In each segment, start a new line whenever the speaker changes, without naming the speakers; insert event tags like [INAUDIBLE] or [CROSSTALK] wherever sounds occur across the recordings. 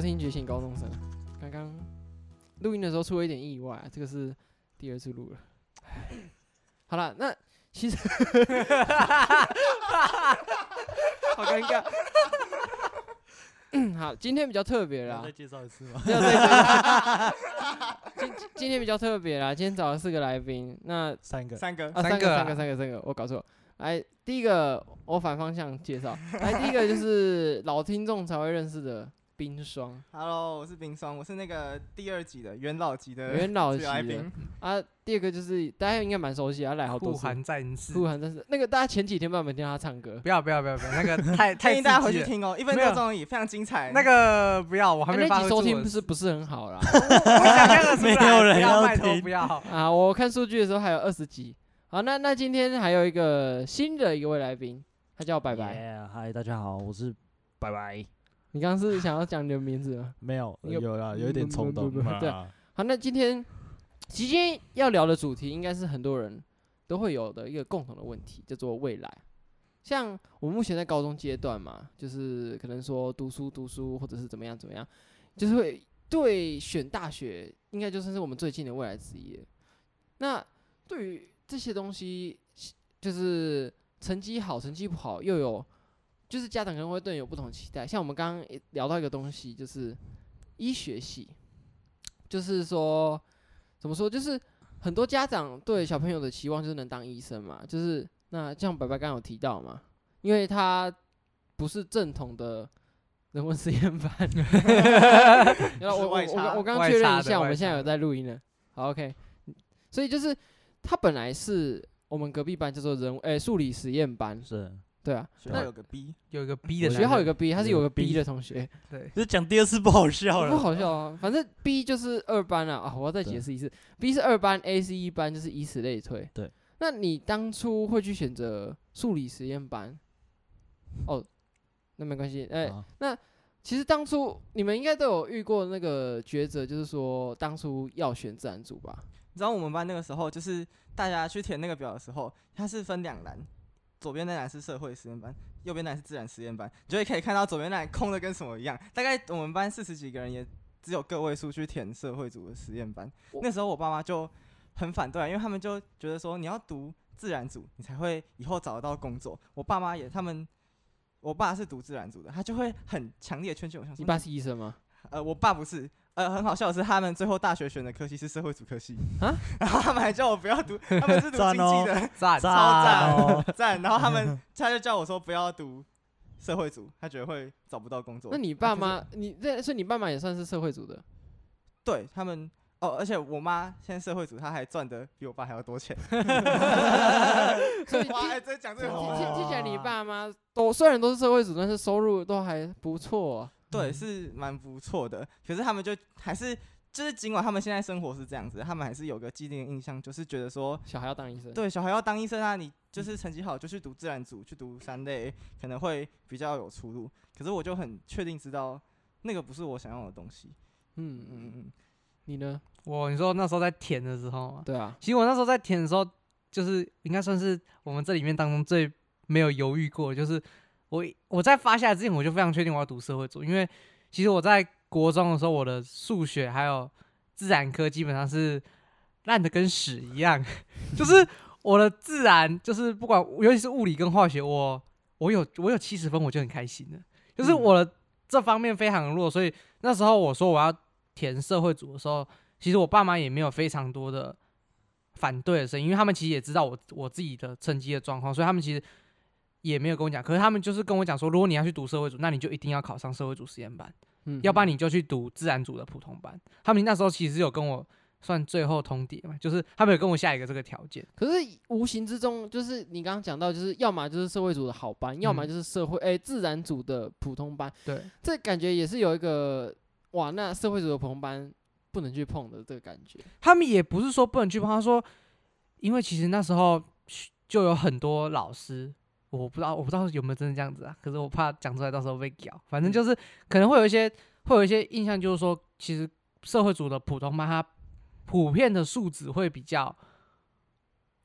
新觉醒高中生啊，刚刚录音的时候出了一点意外啊、这个是第二次录了。 [LAUGHS] 好了，那其实 [LAUGHS] 好尴尬。嗯，好，今天比较特别啦
嗯
要再，介绍一次吗？
没有对对对今今今天比较特别啦，今天找了四个来宾，那
三个，
三个
啊，
三
三
个
个，
啊
三个，三个，三个，我搞错。来，第一个我反方向介绍。来，第一个就是老听众才会认识的冰霜，
，Hello，我是冰霜，我是那个第二集的元老级的
元老级
呃来
的
宾。
啊。第二个就是大家应该蛮熟悉，他啊来好多
酷
次。
寒战士，
酷寒，但是那个大家前几天吧，没听到他唱歌。
不要不要不要不要， [LAUGHS] 那个太太
欢迎大家
刺
回
激
去
了
听哦，一分
没有
钟钟而已，非常精彩。
那个不要，我还
啊
没
那
发
集
挥
收
出
听
我
不是不是很好
[LAUGHS]
啦
我想象得出来
没有人
不要
要
拜托
听
不要。
啊！我看数据的时候还有二十集。好，那那今天还有一个新的一位来宾，他叫白白。
Yeah，嗨，大家好，我是拜拜。
你刚刚是想要讲你的名字吗？
没有，
有
有啦，有一点
不
冲
不
动
不不。对
啊
好，那今天其实今天要聊的主题，应该是很多人都会有的一个共同的问题，叫做未来。像我目前在高中阶段嘛，就是可能说读书读书，或者是怎么样怎么样，就是会对选大学，应该就算是我们最近的未来之一了。那对于这些东西，就是成绩好，成绩不好，又有就是家长可能会对你有不同的期待。像我们刚刚也聊到一个东西，就是医学系，就是说怎么说，就是很多家长对小朋友的期望就是能当医生嘛，就是那像白白刚刚有提到嘛，因为他不是正统的人文实验班，然后我
是
我
外
我刚
插
我刚刚
外
确认
插
一
的
下，我
外
们现在
插
有
的
在录音了，好 OK，所以就是他本来是我们隔壁班叫做人诶、数理实验班，
是，
对啊，
学校有个 B，
有一个 B 的
学
男
号有
人
个 B，他是
有
有
个
个 B
B
的同学，
[LAUGHS]
对，
这讲第二次不好笑
不
了。
好笑啊。反正 B 就是二班啊，啊，我要再解
对
释一次，B 是二班，A 是一班，就是以此类推。
对，
那你当初会去选择数理实验班？哦，那没关系，哎、
好
其实当初你们应该都有遇过那个抉择，就是说当初要选自然组吧？
你知道我们班那个时候，就是大家去填那个表的时候，它是分两栏，左边那栏是社会实验班，右边那栏是自然实验班，你就会可以看到左边那栏空的跟什么一样。大概我们班四十几个人，也只有个位数去填社会组的实验班
我。
那时候我爸妈就很反对，因为他们就觉得说你要读自然组，你才会以后找得到工作。我爸妈也，他们我爸是读自然组的，他就会很强烈的劝劝我，想
你
说
嗯
爸是医生吗？
呃，我爸不是。呃，很好笑的是，他们最后大学选的科系是社会组科系
啊，
[LAUGHS] 然后他们还叫我不要读，他们是读经
赞哦
济的，
赞
超
赞
赞
哦！
赞。然后
[LAUGHS]
他们他就叫我说不要读社会组，他觉得会找不到工作。
那你
啊
爸
可是
妈，你这所以你爸妈也算是社会组的，
对他们哦，而且我妈现在社会组，她还赚的比我爸还要多钱。
[LAUGHS] 所以
[LAUGHS] 哇，
听
哎，真讲这个
听
好
听听起来你
哇
爸妈都虽然都是社会组，但是收入都还不错、啊。
对，是蛮不错的。可是他们就还是就是，尽管他们现在生活是这样子，他们还是有个既定的印象，就是觉得说
小孩要当医生，
对，小孩要当医生啊，你就是成绩好就去读自然组，去读三类，可能会比较有出路。可是我就很确定知道，那个不是我想要的东西。
嗯
嗯
嗯
嗯
嗯，
嗯，
你呢？
我你说那时候在填的时候嘛，
对啊，
其实我那时候在填的时候，就是应该算是我们这里面当中最没有犹豫过的，就是我我在发下来之前，我就非常确定我要读社会组，因为其实我在国中的时候，我的数学还有自然科基本上是烂的跟屎一样， [LAUGHS] 就是我的自然就是不管尤其是物理跟化学，我我有我有七十分我就很开心了，就是
嗯
我的这方面非常弱，所以那时候我说我要填社会组的时候，其实我爸妈也没有非常多的反对的声音，因为他们其实也知道我我自己的成绩的状况，所以他们其实也没有跟我讲。可是他们就是跟我讲说，如果你要去读社会组，那你就一定要考上社会组实验班，
嗯，
要不然
你
你就去读自然组的普通班。他们那时候其实有跟我算最后通牒嘛，就是他们有跟我下一个这个条件。
可是无形之中，就是你刚刚讲到，就是要么就是社会组的好班，要么
嗯
就是社会哎、自然组的普通班，
对，
这感觉也是有一个哇，那社会组的普通班不能去碰的这个感觉。
他们也不是说不能去帮，他说，因为其实那时候就有很多老师，我不知道我不知道有没有真的这样子啊，可是我怕讲出来到时候被屌，反正就是可能会有一些会有一些印象，就是说其实社会组的普通班，它普遍的素质会比较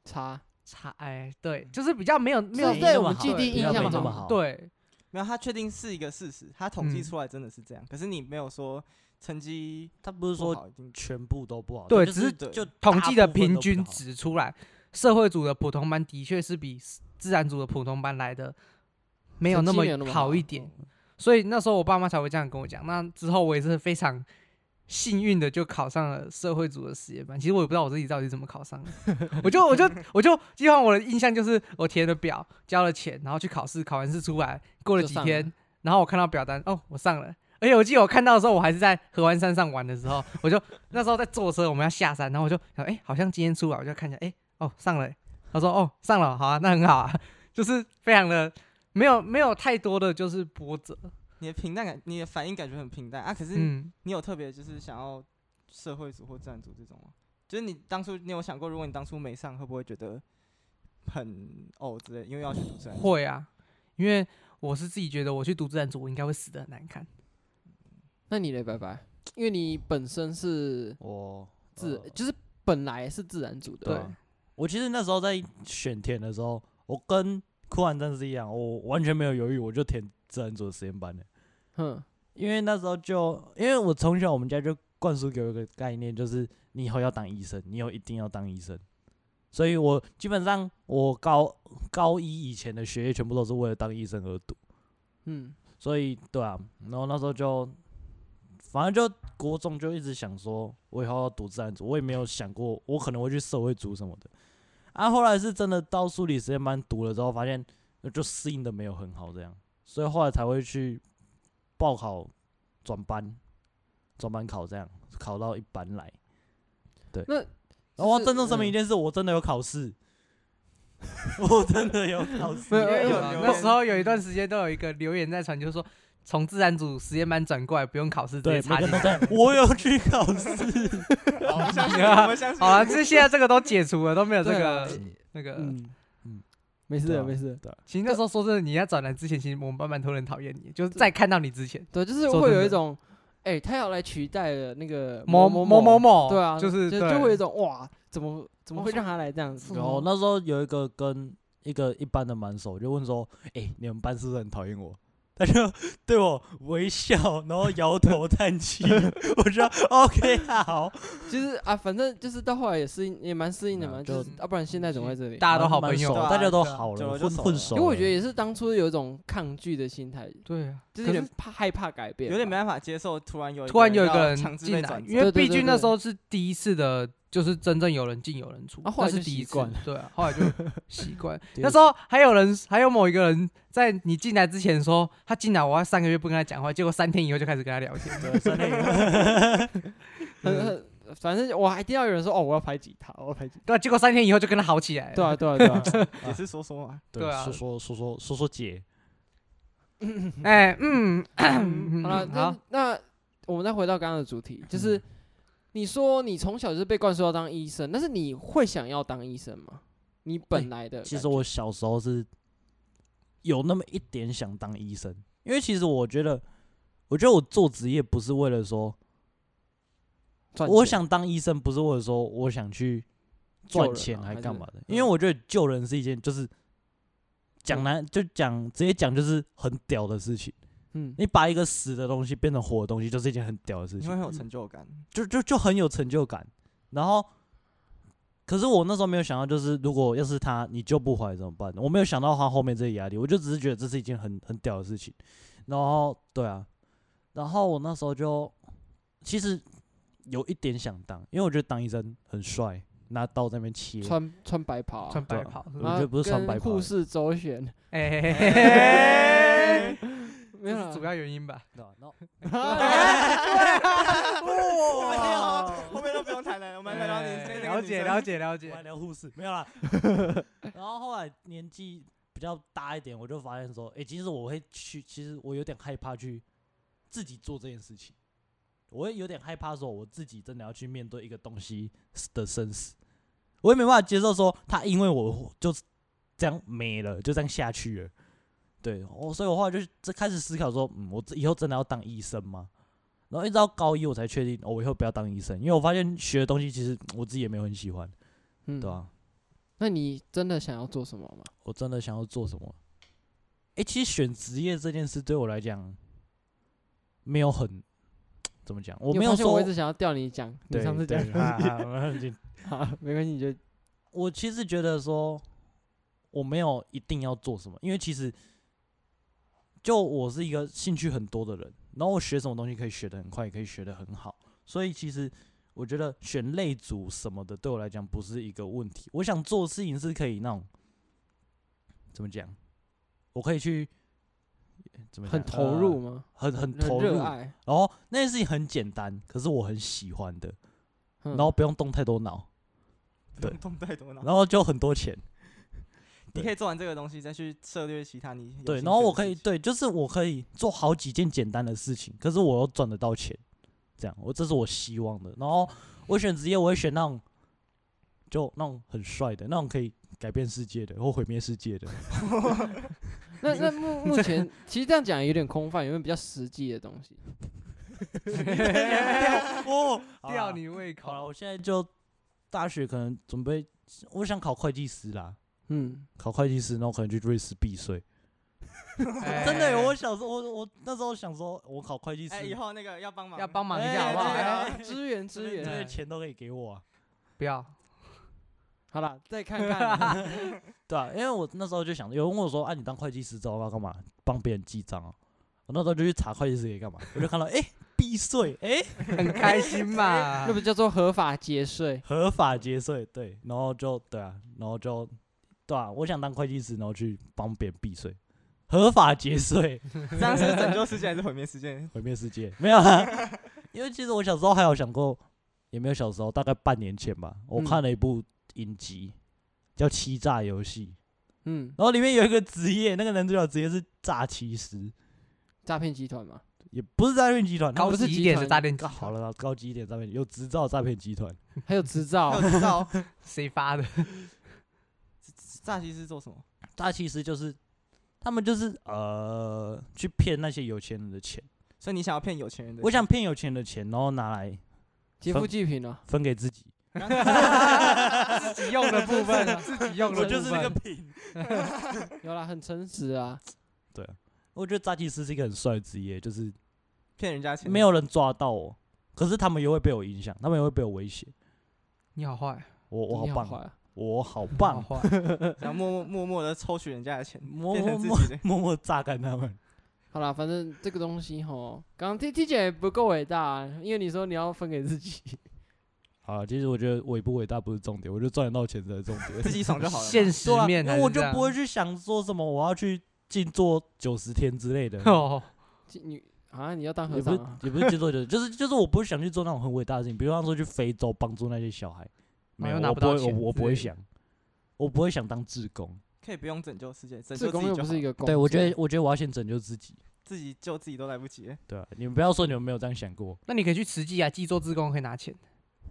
差，
差，哎，对，就是比较没有没有
是
你
对
那
我
么
们
好
既定
对
印
比较
象
没那
中
么
好
对，
没有，他确定是一个事实，他统计
嗯
出来真的是这样。可是你没有说成绩
[LAUGHS] 他不是
不
说
好一定
全部都不好，
对
就
只
是
是
就
统计的
大部分
平
都不
均
好，
值出来，社会组的普通班的确是比自然组的普通班来的没有
成
那
绩
么
没有那么
好一
好
点，所以那时候我爸妈才会这样跟我讲。那之后我也是非常幸运的就考上了社会组的实验班。其实我也不知道我自己到底是怎么考上的，我就我就我就基本上我的印象就是我填了表，交了钱，然后去考试，考完试出来过了
就
几
上
天
了，
然后我看到表单，哦，我上了。而且我记得我看到的时候，我还是在合欢山上玩的时候，我就那时候在坐车，我们要下山，然后我就想，哎、好像今天出来，我就看一下，哎、哦，上了、他说，哦，上了，好啊，那很好啊， [LAUGHS] 就是非常的没有没有太多的就是波折，
你的平淡感，你的反应感觉很平淡啊。可是
嗯，
你有特别就是想要社会组或自然组这种吗？就是你当初你有想过，如果你当初没上，会不会觉得很哦之类？因为要去读自然组， [LAUGHS]
会啊，因为我是自己觉得我去读自然组，我应该会死的很难看。
那你嘞，拜拜，因为你本身是
我
自，
呃
就是本来是自然组的，
对
啊我其实那时候在选填的时候，我跟酷寒战士一样，我完全没有犹豫，我就填自然组的实验班的，
哼，
因为那时候就因为我从小我们家就灌输给我一个概念，就是你以后要当医生，你以后一定要当医生。所以我基本上我高高一以前的学业全部都是为了当医生而读，
嗯，
所以对啊，然后那时候就反正就国中就一直想说，我以后要读自然组，我也没有想过我可能会去社会组什么的。啊，后来是真的到数理实验班读了之后，发现呃就适应的没有很好，这样，所以后来才会去报考转班，转班考这样考到一班来。对，
那
然后
就
我
是
郑重声明一
嗯
件事，我真的有考
[LAUGHS]
试，我真的有考试，
没有
因为
呃
有
啊
留
那
言
时候有一段时间都有一个留言在传，就是说从自然组实验班转过来不用考试，直
对，
接
每
插
个
进
人都
去。
在，我有去考试。
好，哦我相信你，
啊
我相
[LAUGHS]
信
好了，这现在这个都解除了，都没有这
对
个
啊
那个。
嗯，
没事
对
的，
啊
没事的，
其实那时候说真的，你要转来之前，其实我们班蛮多人讨厌你，就是在看到你之前，
对，就是
说
会
真
有一
的
种，哎，他要来取代了那个
某
某
某某
某，
某，
对啊，
就是
就
对
会有一种哇，怎么怎么
我
会
说
让他来这样子？
然后那时候有一个跟一个一班的蛮熟，就问说：“哎、你们班是不是很讨厌我？”他就对我微笑，然后摇头叹气。 [LAUGHS] 我说：“OK，好。
其实啊，反正就是到后来也适应，也蛮适应的
对啊
嘛，就
就是
要不然现在怎么会在这里？
大家都好
蛮
朋友
熟
对啊
大家都
对啊
好
久
了，
了就
混
熟
混
了
熟
因
了。
为我觉得也是当初有一种抗拒的心态，
对啊，
就是
可
有点怕害怕改变，
有点没办法接受，突然有
突然有一个
要
人
强制
进
被
来
转，
因
对对
为毕
对
竟那
对
时候是第一次的，就是真正有人进有人出，
啊后来
那是
就
第一
习
次
惯了，
对啊，后来就
[LAUGHS]
习惯。
对
那时候还有人，还有某一个人在你进来之前说他进来，我要三个月不跟他讲话，结果三天以后就开始跟他聊天。
对啊真的有
很很，反正我还听到有人说哦，我要拍吉他，我要拍吉
对啊，结果三天以后就跟他好起来了。
他，对啊，对啊， [LAUGHS] 对啊，
也是说说嘛。
对
对
啊
说说说说说说姐，
哎，嗯，
好了，
好
那，那我们再回到刚刚的主题，就是
嗯
你说你从小就是被灌输要当医生，但是你会想要当医生吗？你本来的感觉，
其实我小时候是有那么一点想当医生，因为其实我觉得，我觉得我做职业不是为了说
赚
我
钱
想当医生，不是为了说我想去
救
赚
人
钱
啊
还
还
干
是
嘛的，因为我觉得救人是一件就是讲
嗯
难就讲直接讲就是很屌的事情。
嗯，
你把一个死的东西变成活的东西，就是一件很屌的事
你会
情，
很有成就感，
就就就很有成就感。然后，可是我那时候没有想到，就是如果要是他你救不回来怎么办？我没有想到他后面这个压力，我就只是觉得这是一件很很屌的事情。然后，对啊，然后我那时候就其实有一点想当，因为我觉得当医生很帅，拿刀在那边切，
穿穿白袍啊，
穿
对
白
啊
袍。
[LAUGHS]
我
然
觉
后
得不是穿
跟
白袍欸
护，士周旋，
[LAUGHS] 哎嘿嘿嘿嘿，
[LAUGHS] 没有
这是
啦 [LAUGHS]
主要原因吧？
对啊然后
后面都不用谈了，我们来聊你
哎
那
了解了
解。
[LAUGHS]
解了
我
[LAUGHS]
还
解， [LAUGHS]
聊护士没有啦。然后后来年纪比较大一点，我就发现说，哎、其实我会去，其实我有点害怕去自己做这件事情，我会有点害怕说我自己真的要去面对一个东西的生死，我也没办法接受说他因为我就这样没了，就这样下去了。对，我、所以我后来就是这开始思考说，嗯，我以后真的要当医生吗？然后一直到高一我才确定，哦，我以后不要当医生，因为我发现学的东西其实我自己也没有很喜欢，
嗯
对啊。
那你真的想要做什么吗？
我真的想要做什么？哎，其实选职业这件事对我来讲，没有很怎么讲，我
你
没
发
有
现
说
我一直想要调你讲，你
对
上次讲
对
的
啊
[LAUGHS] 东西，
啊啊你
好，没关系，你就
我其实觉得说，我没有一定要做什么，因为其实就我是一个兴趣很多的人，然后我学什么东西可以学得很快，也可以学得很好，所以其实我觉得选类组什么的对我来讲不是一个问题。我想做的事情是可以那种怎么讲，我可以去怎么
很
讲
投
呃
入吗？
很很
很
投入
热，爱，
然后那件事情很简单，可是我很喜欢的，
然
然后不用动太多脑，对
动太多
嗯
脑，
然后就很多钱。
你
对
可以做完这个东西，再去涉猎其他你有
对，
兴
然后
趣的
我可
事
以
情
对，就是我可以做好几件简单的事情，可是我又赚得到钱，这样我这是我希望的。然后我选职业，我会选那种就那种很帅的，那种可以改变世界的或毁灭世
[LAUGHS]
界的。
那那目目前 [LAUGHS] 其实这样讲有点空泛，有没有比较实际的东
嗯
西？
哦，好啦
吊你胃
好了，
口。
我现在就大学可能准备，我想考会计师啦，
嗯，
考会计师，然后可能去瑞士避税。
[LAUGHS]
哎
真的耶，我小时候我我那时候想说，我考会计师，
哎，以后那个要帮忙，
[LAUGHS] 要帮忙一下好不好？
哎
哎
哎
支援支
这
援，
些钱都可以给我啊。
不要，
好啦，再看看
对啊，因为我那时候就想，有人问我说：“啊，你当会计师之后要干嘛？帮别人记账啊？”我那时候就去查会计师可以干嘛，我就看到哎，避税，哎，
很开心嘛 [LAUGHS]
那不。叫做合法节税？
合法节税，对，然后就对啊，然后就对啊，我想当会计师，然后去帮别人避税，合法节税，
这样是拯救世界还是毁灭世界？
毁灭世界，没有啊？ [LAUGHS] 因为其实我小时候还有想过，也没有小时候，大概半年前吧，我
嗯
看了一部影集叫《欺诈游戏》，
嗯，
然后里面有一个职业，那个男主角职业是诈欺师。
诈骗集团嘛，
也不是诈骗集团，他
高
们
不是
级
集
一点的
团
诈骗集
搞好
团，
了啦，高级一点诈骗，有执照诈骗集团，
还有执
我 [LAUGHS]
照，
知道
谁发 [LAUGHS] 的？
诈欺是做什么？
他其实就是他们就是呃去骗那些有钱人的钱，
所以你想要骗有钱人的钱？
我想骗有钱人的钱，然后拿来
劫富济贫啊，
分给自己，
自己用的部分啊， [LAUGHS] 自己用的
我
部分。
就是那个品。
[LAUGHS] 有啦，很诚实啊，
我觉得诈欺师是一个很帅的职业，就是
骗人家钱，
没有人抓到我，可是他们又会被我影响，他们又会被我威胁。
你好坏，
我我
你好
好
坏
棒，
啊，
我好
你好 [LAUGHS]
棒，
坏。
然后默默默默的抽取人家的钱，
默
变
默
成
默
自己的。
默默榨干他们。
好啦，反正这个东西吼，刚刚听听起来不够伟大啊，因为你说你要分给自己， [LAUGHS]
好了，其实我觉得伟不伟大不是重点，我觉得赚得到钱才是重点。
[LAUGHS] 自己爽就好了嘛。
现实
对啊，
面
那
还
我
是
就
这样，
不会去想说什么我要去静坐九十天之 [LAUGHS] 类的
[LAUGHS] 哦，
你啊你要当和
也不
尚
是
啊，
也不是静坐九十，就是就是我不会想去做那种很伟大的事情，比方说去非洲帮助那些小孩，没有，
哦又拿
我
不
不
到
会，我
钱
不我
之
不会
类的
想，我不会想当志工。
可以不用拯救世界，拯救
自
自
工
己
又
就
不
好
是一个工作，
对，我觉得我觉得我要先拯救自己，
自己救自己都来不及了。
对啊，你们不要说你们没有这样想 [LAUGHS] 过，
那你可以去慈济啊，济做志工可以拿钱。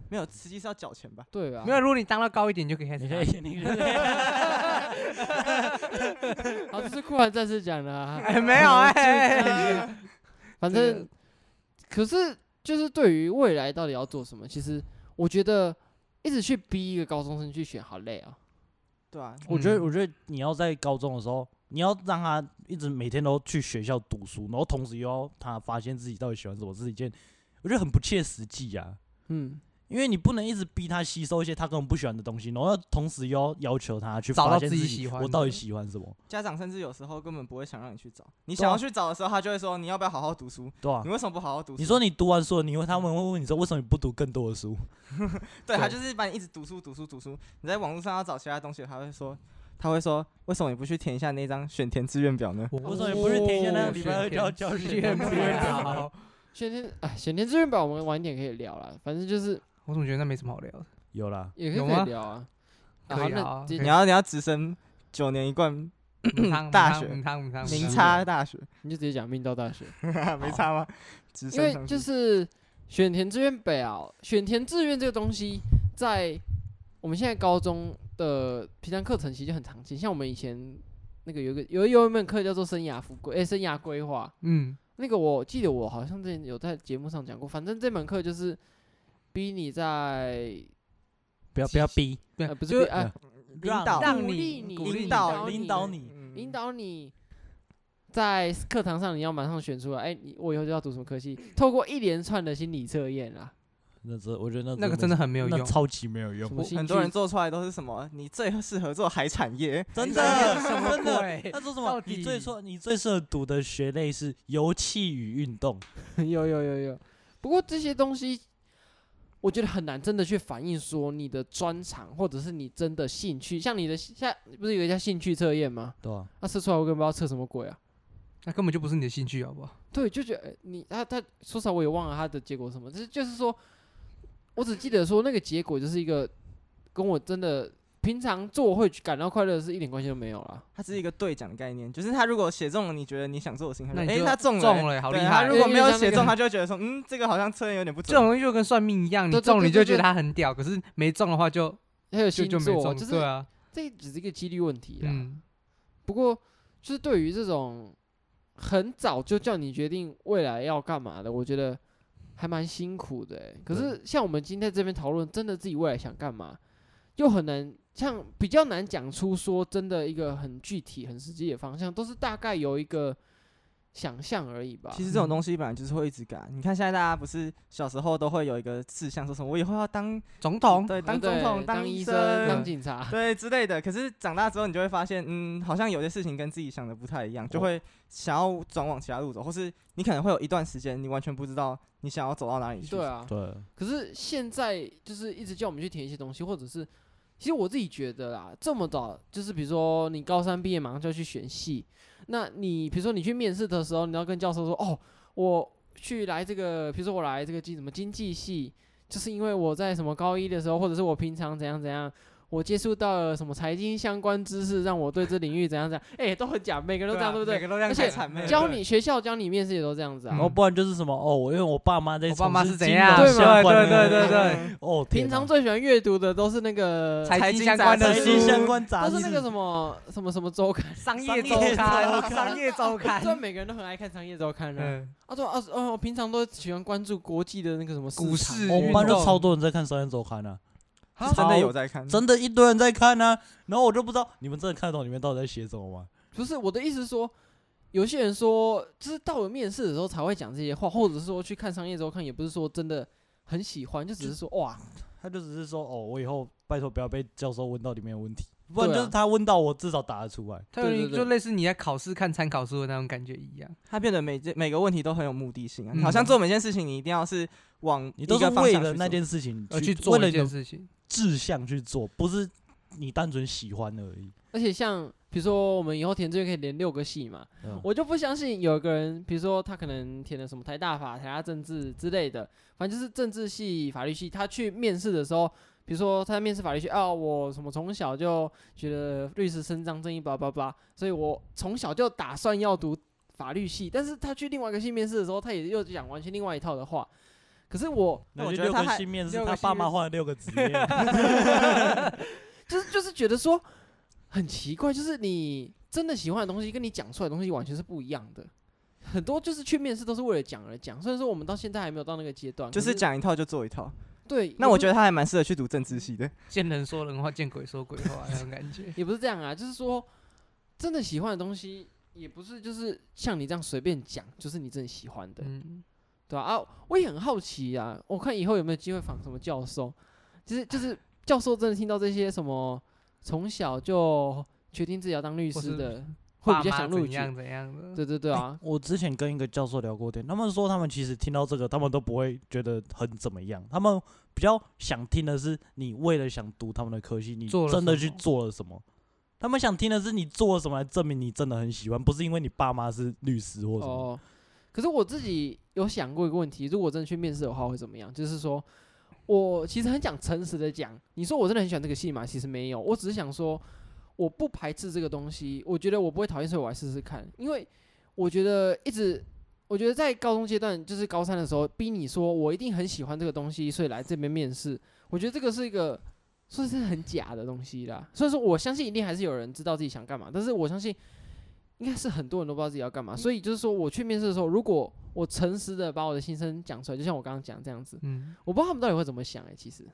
没有，实际是要缴钱吧？
对啊吧？
没有，如果你当到高一点，你就可以开始
你
拿
可以
[LAUGHS] 钱。，
你可以
[LAUGHS] 好，哦这是酷寒战士讲的啊。
哎，没
[LAUGHS]
有哎哎，哎 [LAUGHS]
哎，反
这个
正，可是就是对于未来到底要做什么，其实我觉得一直去逼一个高中生去选，好累啊。
对啊，
[LAUGHS] 我觉得
嗯
我觉得你要在高中的时候。你要让他一直每天都去学校读书，然后同时又要他发现自己到底喜欢什么，是一件我觉得很不切实际呀、啊。
嗯，
因为你不能一直逼他吸收一些他根本不喜欢的东西，然后同时又要要求他去
找
发
到
现
自己
己
喜欢
我到底
的
喜欢什么，
家长甚至有时候根本不会想让你去找，你
对
想
啊
要去找的时候，他就会说你要不要好好读书？
对吧、
你为什么不好好读书？
你说你读完书了，你会他们会问你说为什么你不读更多的书？
对他
对
就是把你一直读书读书读书，你在网络上要找其他东西，他会说他会说为什么你不去填一下那张选填志愿表呢？
为什么你不是天天那个
哦
礼拜二就要交
志愿
表
志愿表？
选填哎，选填志愿表我们晚一点可以聊啦，反正就是
[LAUGHS] 我怎么觉得那没什么好聊的？
有啦，
也可以
有
可
吗
以聊啊。啊
可
好
以啊
那
可以
接
你要你要直升九年一贯
母汤母汤
大学
母汤母汤母
名
汤
差大学， [LAUGHS]
你就直接讲命到大学，
没差吗？直
因
升
为
上
就
去
是选填志愿表，选填志愿这个东西，在我们现在高中的平常课程其实就很常见，像我们以前那个有一个有有一门课叫做生涯富规，哎、生涯规划，
嗯，
那个我记得我好像之前有在节目上讲过，反正这门课就是逼你在
不要不要逼，
对
呃，不
就是
逼哎
让
领导
让
鼓
你
励你
鼓励
引
你
导
引
导你
嗯
引导你在课堂上你要马上选出来，哎、你我以后就要读什么科系，透过一连串的心理测验啦，
那这我觉得
那个真的很没有
那
用。
超级没有用
什，么兴
很
趣
多人做出来都是什么？你最适合做海产业，
真
哎
的
什么
真的。
鬼
他说什
到
么？
底
你最说你最适合读的学类是游气与运动，
[LAUGHS] 有有有有，不过这些东西，我觉得很难真的去反映说你的专长或者是你真的兴趣。像你的像不是有一个叫兴趣测验吗？
对吧？
那、测出来我根本不知道测什么鬼啊！
那根本就不是你的兴趣，好不好？
对，就觉得呃你他他说实话我也忘了他的结果是什么，就是就是说，我只记得说那个结果就是一个跟我真的平常做会感到快乐是一点关系都没有啦。
它是一个兑奖的概念，就是他如果写中了你觉得你想做的事情，他
那
就
你
哎、
就
他中了、
中了好
对
厉
他
害
如果没
因
有
为就像那
写
个
中，他就会觉得说，嗯，这个好像测验有点不
这种
准。
东西就跟算命一样，你
对对
中了
对
你就
对
觉得
对
它很屌，可是没中的话就
还有
就
星
就没
座，
中。
就是啊
对啊，
这只是一个几率问题啦。
嗯，
不过，就是对于这种很早就叫你决定未来要干嘛的，我觉得还蛮辛苦的欸。可是像我们今天这边讨论，真的自己未来想干嘛，又很难，像比较难讲出说真的一个很具体、很实际的方向，都是大概有一个想象而已吧。
其实这种东西本来就是会一直改。你看现在大家不是小时候都会有一个志向，说什么我以后要当
总统
对
对
当
不啊对
总统、
当
医
生、当警
[LAUGHS]
察，
对之类的。可是长大之后，你就会发现，嗯，好像有些事情跟自己想的不太一样，就会想要转往其他路走，或是你可能会有一段时间，你完全不知道你想要走到哪里去。
对，啊，
对，
嗯
可是现在就是一直叫我们去填一些东西，或者是，其实我自己觉得啦，这么早就是比如说你高三毕业马上就要去选系，那你比如说你去面试的时候，你要跟教授说，哦，我去来这个，比如说我来这个经什么经济系，就是因为我在什么高一的时候，或者是我平常怎样怎样。我接触到了什么财经相关知识，让我对这领域怎样怎样，哎、都很假，每个人都这样，对不
啊每
对？
个都这样
而
太
且
谄媚了，
教
对
你学校教你面试也都这样子啊。
嗯
然后不然就是什么哦，我因为我爸妈在
我
从
爸妈
事
是怎
金
样？
融
对
对
嘛
相关
对
的
对对对，
嗯
哦，天
平
哪
常最喜欢阅读的都是那个
财经
经
相
杂
关的
志
财经相
书，
关杂
都
志
是那个什么什么什么周刊，
商
商
业
业
周
周
刊，
刊
商业周
[LAUGHS]
刊
虽，然每个人都很爱看商业周刊啊。
嗯，
啊，对啊，哦，我平常都喜欢关注国际的那个什么
股
市场
市
我们班
运
就
动
超多人在看《商业周刊》啊，
真的有在看，
真的一堆人在看啊。然后我就不知道你们真的看得懂里面到底在写什么吗？
不是我的意思是说，有些人说就是到了面试的时候才会讲这些话，或者是说去看商业周刊，也不是说真的很喜欢，就只是说哇，
他就只是说哦，我以后拜托不要被教授问到里面的问题，不然
对啊
就是他问到我至少答得出来。
它有
对对
点
对
就类似你在考试看参考书的那种感觉一样。
它变得每件每个问题都很有目的性啊，
嗯
好像做每件事情你一定要是往
你
一
都是
个方
为
向
了
去
那
做
件事情
而去
为
做
了
一
你
件
的
事情，
志向去做，不是你单纯喜欢而已。
而且像比如说我们以后填志愿可以连六个系嘛，
嗯
我就不相信有一个人，比如说他可能填了什么台大法、台大政治之类的，反正就是政治系、法律系，他去面试的时候，比如说他在面试法律系，啊，我什么从小就觉得律师伸张正义，叭叭叭，所以我从小就打算要读法律系，但是他去另外一个系面试的时候，他也又讲完全另外一套的话，可是我
那
我
就
觉得
六
他
个
还
新面试，
六个
他
新
爸
面
妈
试
换了六个职业，
[LAUGHS] 就是就是觉得说很奇怪，就是你真的喜欢的东西跟你讲出来的东西完全是不一样的。很多就是去面试都是为了讲而讲，虽然说我们到现在还没有到那个阶段，
就
可
是讲一套就做一套。
对。
那我
得。
觉得他还蛮适合去读政治系的，
见人说人话，见鬼说鬼话那种感觉
也不是这样啊，就是说真的喜欢的东西，也不是就是像你这样随便讲，就是你真的喜欢的，
嗯，
[LAUGHS] 对吧、啊？我也很好奇啊，我看以后有没有机会访什么教授，就是就是教授真的听到这些什么从小就决定自己要当律
或
师
是
的，会
爸
比较
妈
想录
怎
取。
样哎怎样的，
对对对啊，
我之前跟一个教授聊过天，他们说他们其实听到这个，他们都不会觉得很怎么样，他们比较想听的是你为了想读他们的科系，你
做了
真的
什
去
么
做了什么。他们想听的是你做了什么来证明你真的很喜欢，不是因为你爸妈是律师或什么。
哦，可是我自己有想过一个问题，如果真的去面试的话会怎么样？就是说我其实很想诚实的讲，你说我真的很喜欢这个戏嘛？其实没有，我只是想说我不排斥这个东西，我觉得我不会讨厌，所以我来试试看，因为我觉得一直。我觉得在高中阶段，就是高三的时候，逼你说我一定很喜欢这个东西，所以来这边面试。我觉得这个是一个算是很假的东西啦。虽然说我相信一定还是有人知道自己想干嘛，但是我相信应该是很多人都不知道自己要干嘛。所以就是说我去面试的时候，如果我诚实的把我的心声讲出来，就像我刚刚讲这样子，
嗯，
欸我不知道他们到底会怎么想哎、其实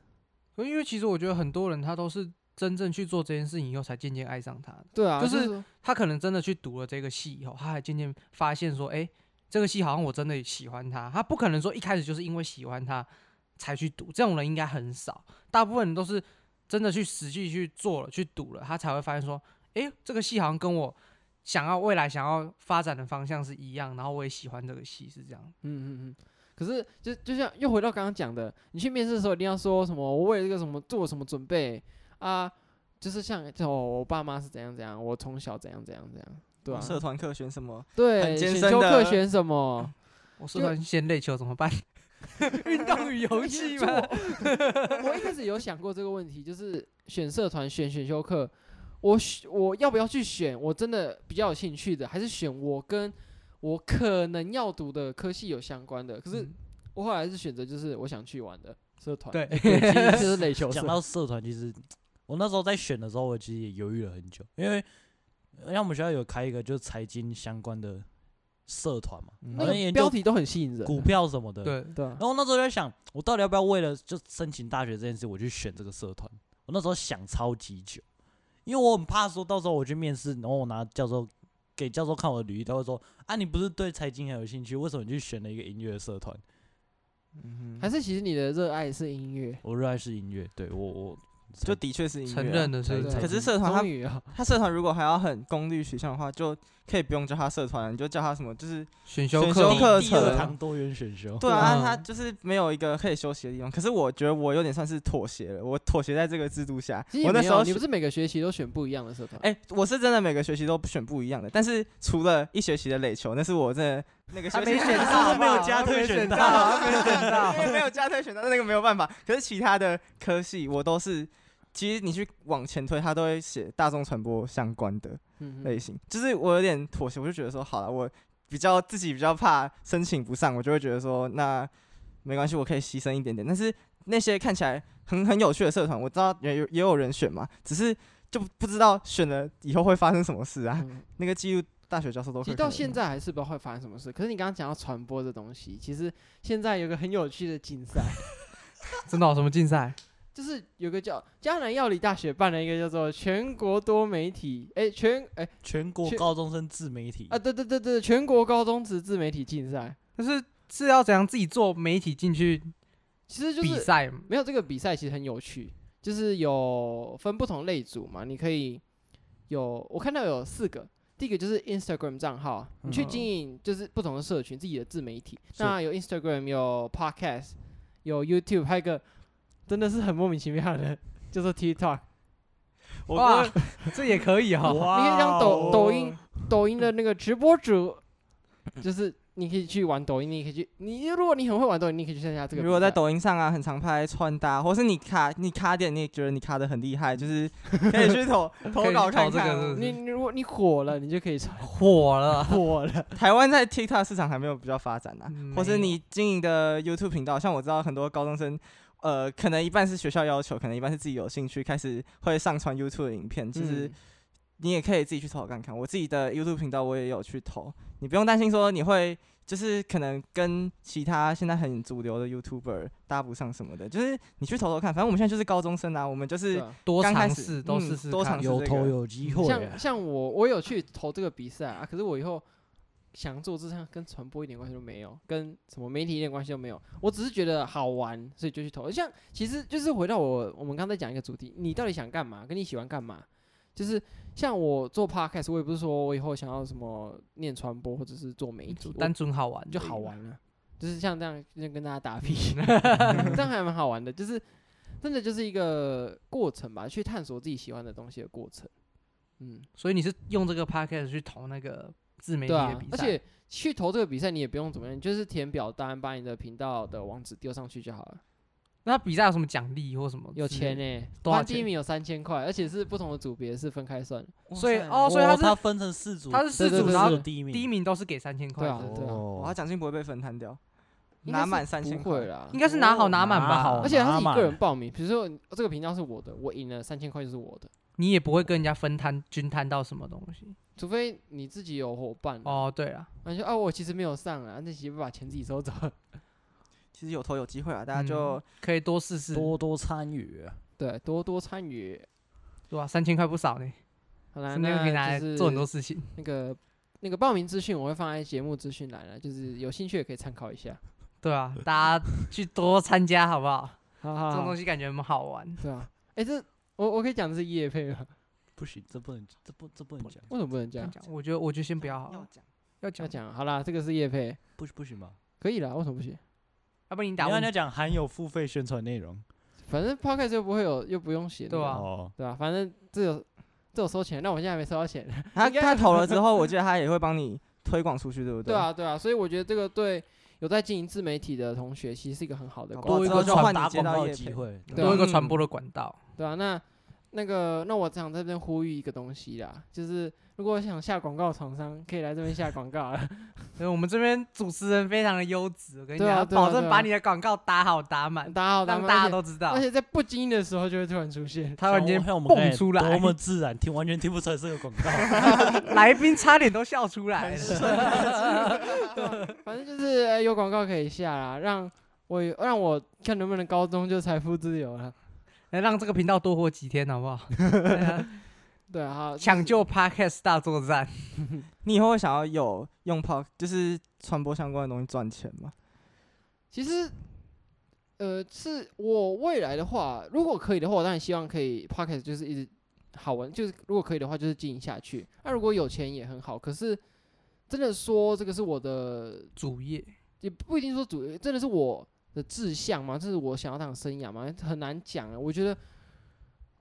因为其实我觉得很多人他都是真正去做这件事情以后，才渐渐爱上它的。
对啊，
就
就是说
他可能真的去读了这个戏以后，他还渐渐发现说，哎、这个戏好像我真的喜欢他。他不可能说一开始就是因为喜欢他才去读，这种人应该很少，大部分人都是真的去实际去做了、去读了，他才会发现说，哎、这个戏好像跟我想要未来想要发展的方向是一样，然后我也喜欢这个戏，是这样。
嗯嗯嗯。可是就就像又回到刚刚讲的，你去面试的时候一定要说什么？我为了这个什么做什么准备啊？就是像就我爸妈是怎样怎样，我从小怎样怎样怎样，对啊，
社团课选什么？
对，
很艰
选
深
修课
的
选什
[LAUGHS]
么？
我说完先内球怎么办？ [LAUGHS] 运动与游戏
就
吗？
[LAUGHS] 我我一开始有想过这个问题，就是选社团、选选修课，我选我要不要去选？我真的比较有兴趣的，还是选我跟我可能要读的科系有相关的？可是
嗯
我后来是选择就是我想去玩的社团，
对，
[LAUGHS]
对，就是垒球社
讲。到社团，其实我那时候在选的时候，我其实也犹豫了很久，因为因为我们学校有开一个就是财经相关的社团嘛，
嗯那
好像
个
研
标
究
题都很吸引人，
股票什
嗯
么的。。
对，
对啊
然，后那时候就在想，我到底要不要为了就申请大学这件事，我去选这个社团？我那时候想超级久，因为我很怕说到时候我去面试，然后我拿教授给教授看我的履历，他会说啊，你不是对财经很有兴趣，为什么你去选了一个音乐社团？
嗯哼
还是其实你的热爱是音乐，
我热爱是音乐，对我我
就的确是音乐啊
承认的是
对
才
可是社团它
终于啊，
他社团如果还要很功利取向的话，就可以不用叫他社团，你就叫他什么，就是
选修
选
课
修
第
课
第二
程
堂多元选修，
对
嗯
啊，他就是没有一个可以休息的地方。可是我觉得我有点算是妥协了，我妥协在这个制度下
其实。也
我那
没
时
有啊
候
你不
选
是每个学期都选不一样的社团，
哎、我是真的每个学期都选不一样的，但是除了一学期的垒球，那是我真的那个学期
选
到好不好
[LAUGHS]
到，没选到
因为没有加推选到那个没有办法。可是其他的科系我都是，其实你去往前推，它都会写大众传播相关的
嗯
类型。就是我有点妥协，我就觉得说好了，我比较自己比较怕申请不上，我就会觉得说那没关系，我可以牺牲一点点。但是那些看起来很很有趣的社团，我知道也有也有人选嘛，只是就不知道选了以后会发生什么事啊。 [LAUGHS]
嗯
那个记录大学教授都
其
会
实到
看的
现在还是不知道会发生什么事。可是你刚刚讲到传播这东西，其实现在有个很有趣的竞赛， [LAUGHS]
真的有什么竞赛？
就是有个叫江南药理大学办了一个叫做全国多媒体，哎、全哎、
全国
去
高中生自媒体
啊，对对对对，全国高中职自媒体竞赛，
但是是要怎样自己做媒体进去
其实就
比
是
赛？
没有这个比赛其实很有趣，就是有分不同类组嘛，你可以有我看到有四个。第一个就是 Instagram 账号啊，你去
嗯
经营就是不同的社群，自己的自媒体。
是
那有 Instagram，有 Podcast，有 YouTube，还有一个真的是很莫名其妙的，叫做 TikTok。
我
哇
不会，
[LAUGHS] 这也可以哦哈。
哇
你可以当抖抖音
哦，
抖音的那个直播主，就是你可以去玩抖音，你可以去，你如果你很会玩抖音，你可以去参加这个比赛。
如果在抖音上啊，很常拍穿搭，或是你卡你卡点，你也觉得你卡的很厉害，就是可以去投投稿看
可以去投这个是
看
不
哦。
是
你你如果你火了，你就可以
[LAUGHS]
成
火了，
火了。
台湾在 TikTok 市场还没有比较发展啊，
嗯
或
没
是
有
你经营的 YouTube 频道，像我知道很多高中生。呃，可能一半是学校要求，可能一半是自己有兴趣，开始会上传 YouTube 的影片。其实
嗯
你也可以自己去投看看。我自己的 YouTube 频道我也有去投，你不用担心说你会就是可能跟其他现在很主流的 YouTuber 搭不上什么的，就是你去投投看。反正我们现在就是高中生啊，我们就是
对啊
多
刚开
尝
始
试，都
嗯
试试
多
看
尝。
有
是这
头
个
有机会啊
像，像我，我有去投这个比赛啊，可是我以后想做这项跟传播一点关系都没有，跟什么媒体一点关系都没有。我只是觉得好玩，所以就去投。像其实就是回到我我们刚才讲一个主题，你到底想干嘛，跟你喜欢干嘛？就是像我做 podcast，我也不是说我以后想要什么念传播或者是做媒体
就，
我
单纯好玩
就
而已
好
嘛。
玩了、就是像这样就跟大家打屁，这样还蛮好玩的，就是真的就是一个过程吧，去探索自己喜欢的东西的过程。嗯，
所以你是用这个 podcast 去投那个自媒体
对
的
啊
比，
而
赛，
且去投这个比赛你也不用怎么样，你就是填表单，把你的频道的网址丢上去就好了。
那比赛有什么奖励或什么？
有钱呢、。
多少
第一
钱
名有三千块，而且是不同的组别是分开算的。
所以哦，
哦，
所以他
他
是
分成四组，
他是四
对对
组，
对
然
对
后
对
第一名，
第一名都是给三千块
对啊
的，
对啊
哦哇，他奖金不会被分摊掉，
应该
拿
是
满三千
不会
块。
啦，
应该是拿好拿满
拿好
吧
而？且他是
拿
以
满
个人报名，比如说哦这个频道是我的，我赢了三千块就是我的，
你也不会跟人家分摊均摊到什么东西。
除非你自己有伙伴啊，
哦，对了，
那就啊我其实没有上啊，那媳妇把钱自己收走。 [LAUGHS]
其实有投有机会啊，大家
嗯
就
可以多试试。
多多参与啊，
对，多多参与。
对吧、三千块不少呢，
好啦，
三千块可以拿
啊那
来
就是
做很多事情。
那个那个报名资讯我会放在节目资讯栏了，就是有兴趣也可以参考一下。
对啊，大家去多参加好不好？
好好
这种
好
东，西感觉很好玩。
对啊，哎、这我我可以讲这是叶配吗？
不行，这不能，这不这不能讲，
为什么不能
这样
讲？
讲，我觉得我觉得先不要好
要
了，
讲，
要
啊要
讲，
讲好啦，这个是叶配，
不行不行吧？
可以啦，为什么不行？
要不然你
你
打
要人
问
家讲含有付费宣传内容
反正 podcast 又不会有，又不用写那个、
对啊
哦，
对吧、反正这有这有收钱，那我现在还没收到钱。
他
应该
他投了之
[LAUGHS]
后，我记得他也会帮你推广出去，对不
对
对，
啊，对啊，所以我觉得这个对有在经营自媒体的同学，其实是一个很好的
搞不
广告
多一
好之
个
后就
传
换
打
你接
广
到
告
业
的机
配。
会，
对啊
多一个传播的管道。
对啊，那那个，那我想在这边呼吁一个东西啦，就是如果想下广告的厂商，可以来这边下广告啊
[LAUGHS]
了。
所以我们这边主持人非常的优质，我跟你
对啊
讲，
对啊
保证
对啊
把你的广告打好打满，
大家好，
让
们
大
而
家
且
都知道
而。且在不经意的时候就会突然出现。
他然间
像我们刚
蹦
才
出来
多，么自然，听完全听不出来是个广告。
[LAUGHS] 来宾差点都笑出
[LAUGHS]
来了。
反正就是、呃有广告可以下啦，让我有让我看能不能高中就财富自由了。
来让这个频道多活几天好不好？对啊
对啊，好
抢救 Podcast 大作战，
你以后会想要有用 p 就是传播相关的东西赚钱吗？
其实，呃，是我未来的话，如果可以的话，我当然希望可以 p o c k e t 就是一直好玩，就是如果可以的话，就是经营下去。那、如果有钱也很好，可是真的说这个是我的，
主业
也不一定说主，真的是我的志向吗？这是我想要当的生涯吗？很难讲啊。我觉得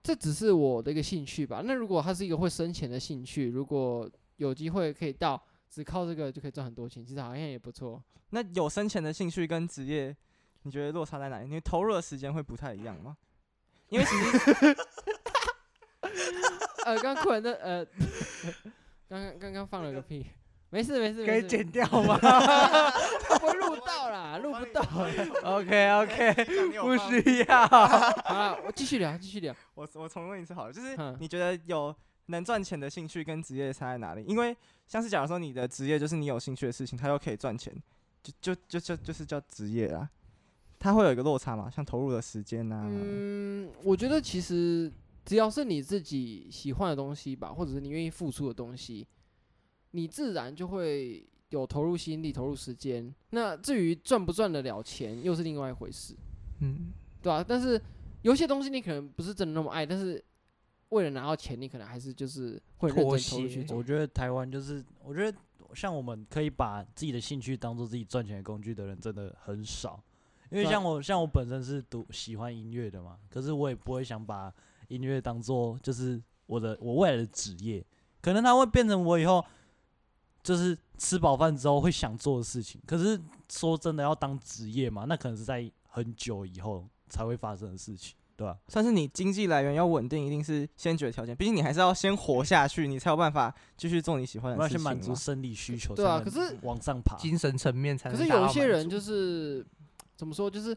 这只是我的一个兴趣吧。那如果它是一个会生钱的兴趣，如果有机会可以到只靠这个就可以赚很多钱，其实好像也不错。
那有生前的兴趣跟职业，你觉得落差在哪里？你投入的时间会不太一样吗？因为其实 [LAUGHS]
呃，刚刚哭完的呃，刚刚刚刚放了个屁，没事没事，
可
没
以
事 [LAUGHS]
剪掉吗
不会录到啦，录不到。
？OK OK，
[LAUGHS]
不
不是，
需要。
好啦，我继续聊，继续聊。
我我重问一次好了，就是
嗯
你觉得有能赚钱的兴趣跟职业差在哪里？因为像是假如说你的职业就是你有兴趣的事情，它又可以赚钱，就就就就就是叫职业啦。它会有一个落差嘛，像投入的时间啊，
嗯，我觉得其实只要是你自己喜欢的东西吧，或者是你愿意付出的东西，你自然就会有投入心力、投入时间。那至于赚不赚得了钱，又是另外一回事。
嗯，
对啊，但是有些东西你可能不是真的那么爱，但是为了拿到钱，你可能还是就是会认
妥
真投入去
协
做。
我觉得台湾就是，我觉得像我们可以把自己的兴趣当做自己赚钱的工具的人真的很少，因为
对啊
像我，像我本身是读喜欢音乐的嘛，可是我也不会想把音乐当做就是我的我未来的职业，可能它会变成我以后就是吃饱饭之后会想做的事情。可是说真的，要当职业嘛，那可能是在很久以后才会发生的事情，对吧、
算是你经济来源要稳定，一定是先决条件。毕竟你还是要先活下去，你才有办法继续做你喜欢
我们
的
要
事
先
情嘛。
满足生理需求，
对啊可是
往上爬。
精神层面才
可
能。
是有一些人就是啊怎么说，就是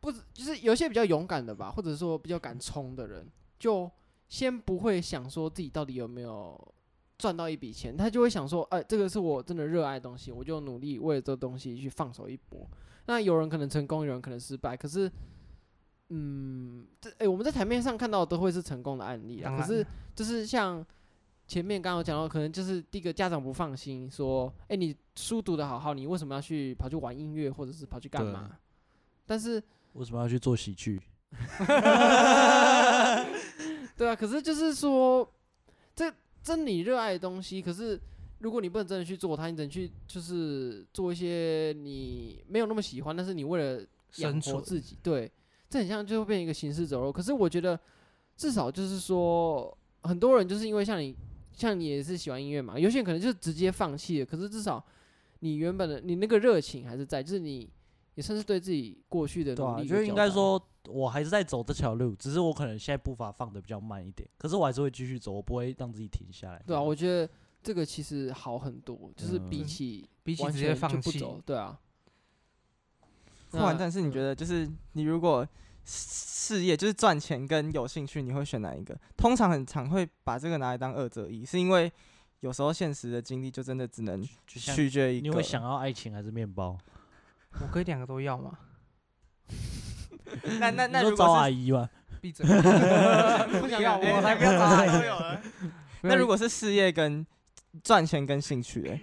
不是就是有一些比较勇敢的吧，或者说比较敢冲的人，就先不会想说自己到底有没有赚到一笔钱，他就会想说，哎、这个是我真的热爱的东西，我就努力为了这东西去放手一搏。那有人可能成功，有人可能失败，可是。嗯，这哎、我们在台面上看到的都会是成功的案例啊。
当
可
然
是就是像前面刚刚有讲到，可能就是第一个家长不放心，说，哎、你书读的好好，你为什么要去跑去玩音乐，或者是跑去干
对
嘛？但是，
为什么要去做喜剧？
[LAUGHS] 对啊，可是就是说，这这你热爱的东西，可是如果你不能真的去做它，你只能去就是做一些你没有那么喜欢，但是你为了养
生
活
存，
自己，对，这很像就会变一个行尸走肉。可是我觉得，至少就是说，很多人就是因为像你，像你也是喜欢音乐嘛，有些人可能就直接放弃了。可是至少你原本的你那个热情还是在，就是你也算是对自己过去的
对啊，
努
我
力一
觉
个
得应该
交代，
说，我还是在走这条路，只是我可能现在步伐放的比较慢一点，可是我还是会继续走，我不会让自己停下来。
对啊，我觉得这个其实好很多，就是比
嗯
起
比起
完
直
全
接
就
放
不
弃，
走，对啊。
不完，
那
但是你觉得，就是你如果事事业就是赚钱跟有兴趣，你会选哪一个？通常很常会把这个拿来当二择一，是因为有时候现实的经历就真的只能
就像
取决一个。
你会想要爱情还是面包？
我可以两个都要吗？
那那
你
那
说啊
如
找
果
阿
是 [LAUGHS]
姨吧，
[LAUGHS]
闭嘴。 [LAUGHS] 不
不想要
哎
我
我才
才不
不
要
要
找
找
他。
都有了。那如果是事业跟赚钱跟兴趣、欸，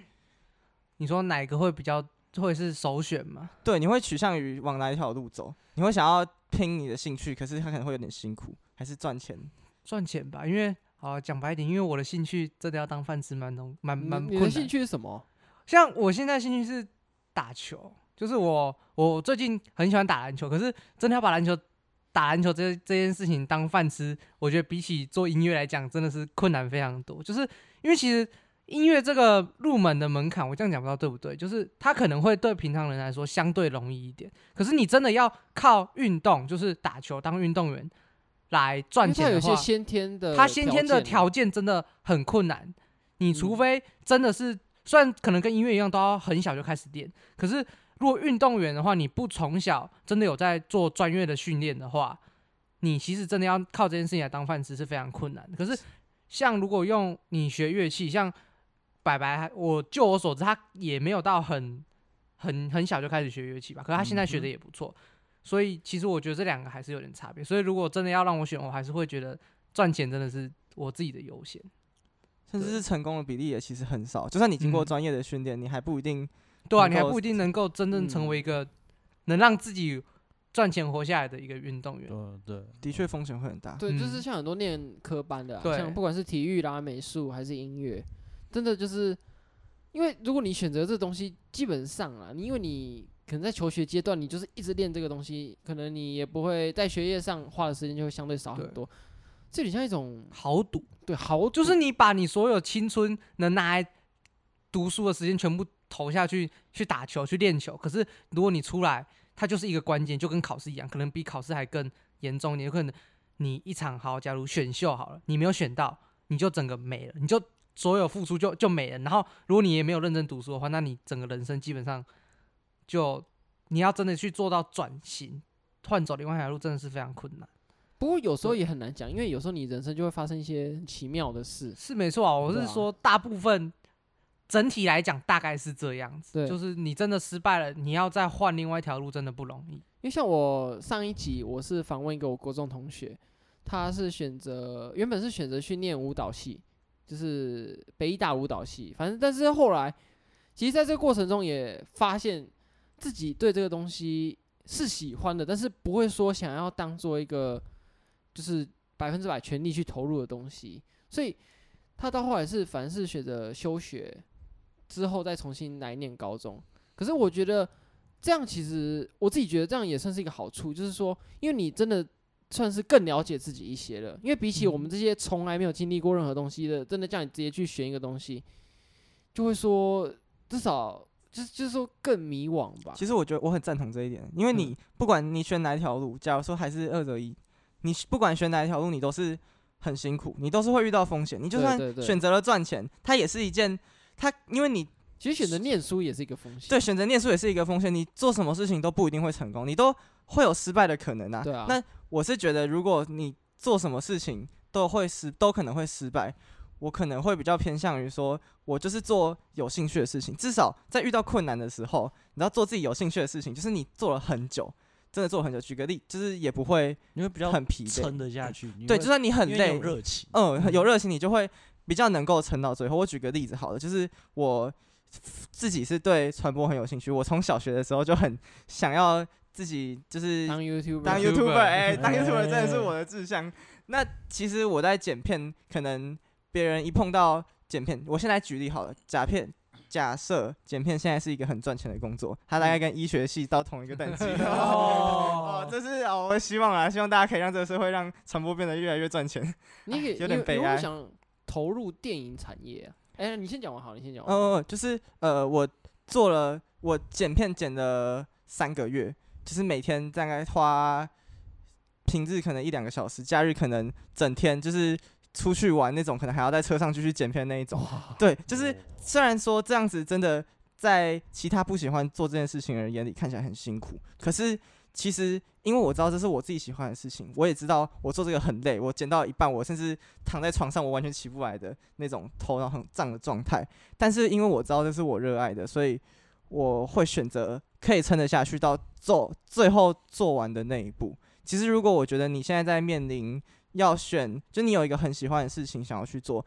你说哪个会比较会是首选吗？
对，你会取向于往哪一条路走？你会想要拼你的兴趣，可是它可能会有点辛苦，还是赚钱？
赚钱吧，因为好讲白一点，因为我的兴趣真的要当饭吃，蛮容蛮
你
蛮
嗯你
困
的
难。
兴趣是什么？
像我现在兴趣是打球，就是我我最近很喜欢打篮球，可是真的要把篮球打篮球这这件事情当饭吃，我觉得比起做音乐来讲，真的是困难非常多。就是因为其实音乐这个入门的门槛，我这样讲不知道对不对，就是它可能会对平常人来说相对容易一点，可是你真的要靠运动，就是打球当运动员来
因
赚
为
钱
他
的
有
话，
些先天的，
他先天的，条件真的很困难，你除
嗯
非真的是，虽然可能跟音乐一样，都要很小就开始练，可是如果运动员的话，你不从小真的有在做专业的训练的话，你其实真的要靠这件事情来当饭吃是非常困难的。可是像如果用你学乐器，像白白，我就我所知，他也没有到很很很小就开始学乐器吧，可是他现在学的也不错。所以其实我觉得这两个还是有点差别，所以如果真的要让我选，我还是会觉得赚钱真的是我自己的优先。
甚至
对
是成功的比例也其实很少。就算你经过
嗯
专业的训练，你还不一定。
对啊，
能
你还
够
不一定能够真正成为一个能让自己赚钱活下来的一个运动员。
对嗯对，
的确风险会很大。
啊对，就
嗯
是像很多念科班的、啊，
对
像不管是体育啦、美术还是音乐，真的就是因为如果你选择这东西，基本上啊，你因为你可能在求学阶段，你就是一直练这个东西，可能你也不会在学业上花的时间就会相对少
对
很多。这里像一种
豪赌
对好，
就是你把你所有青春能拿来读书的时间全部投下去，去打球，去练球。可是如果你出来，它就是一个关键，就跟考试一样，可能比考试还更严重一点。有可能你一场好，假如选秀好了，你没有选到，你就整个没了，你就所有付出就就没了。然后如果你也没有认真读书的话，那你整个人生基本上就你要真的去做到转型，换走另外一条路，真的是非常困难。
不过有时候
对
也很难讲，因为有时候你人生就会发生一些奇妙的事。
是没错啊，我
对
是
啊
说大部分整体来讲大概是这样子，
对
就是你真的失败了，你要再换另外一条路真的不容易。
因为像我上一集我是访问一个我国中同学，他是选择原本是选择去念舞蹈系，就是北医大舞蹈系，反正但是后来其实在这个过程中也发现自己对这个东西是喜欢的，但是不会说想要当做一个就是百分之百全力去投入的东西，所以他到后来是反而是选择休学之后再重新来念高中。可是我觉得这样其实我自己觉得这样也算是一个好处，就是说，因为你真的算是更了解自己一些了。因为比起我们这些从来没有经历过任何东西的，真的叫你直接去选一个东西，就会说至少就是就是说更迷惘吧。
其实我觉得我很赞同这一点，
嗯
因为你不管你选哪一条路，假如说还是二择一，你不管选哪一条路，你都是很辛苦，你都是会遇到风险。你就
对
算
对对
选择了赚钱，它也是一件，它因为你
其实选择念书也是一个风险。
对，选择念书也是一个风险，你做什么事情都不一定会成功，你都会有失败的可能啊。
对啊
那我是觉得，如果你做什么事情都会失，都可能会失败，我可能会比较偏向于说，我就是做有兴趣的事情，至少在遇到困难的时候，你要做自己有兴趣的事情，就是你做了很久，真的做了很久。举个例，就是也不会
你会比较
很疲惫
撑。得下去。你
[LAUGHS] 对，
会
就算你很
因为你
累
有，热情。
嗯，有热情，你就会比较能够撑到最后。我举个例子好了，就是我自己是对传播很有兴趣，我从小学的时候就很想要自己就是
当 YouTuber，
当
YouTuber
YouTuber，哎、当
哎
YouTuber 真的是我的志向。那其实我在剪片，可能别人一碰到剪片，我现在举例好了，假片。假设剪片现在是一个很赚钱的工作，它大概跟医学系到同一个等级。
哦
[LAUGHS] 哦，这是哦，我希望啊，希望大家可以让这个社会让传播变得越来越赚钱。
你可以
哎有
你
点
你
悲
会
哀
想投入电影产业、啊。哎、你先讲完好，你先讲完。
嗯，就是呃，我做了我剪片剪了三个月，就是每天大概花平日可能一两个小时，假日可能整天就是出去玩那种，可能还要在车上继续剪片那一种。对，就是虽然说这样子真的在其他不喜欢做这件事情的人眼里看起来很辛苦，可是其实因为我知道这是我自己喜欢的事情，我也知道我做这个很累，我剪到一半我甚至躺在床上我完全起不来的那种头脑很胀的状态，但是因为我知道这是我热爱的，所以我会选择可以撑得下去到做最后做完的那一步。其实如果我觉得你现在在面临要选，就你有一个很喜欢的事情想要去做，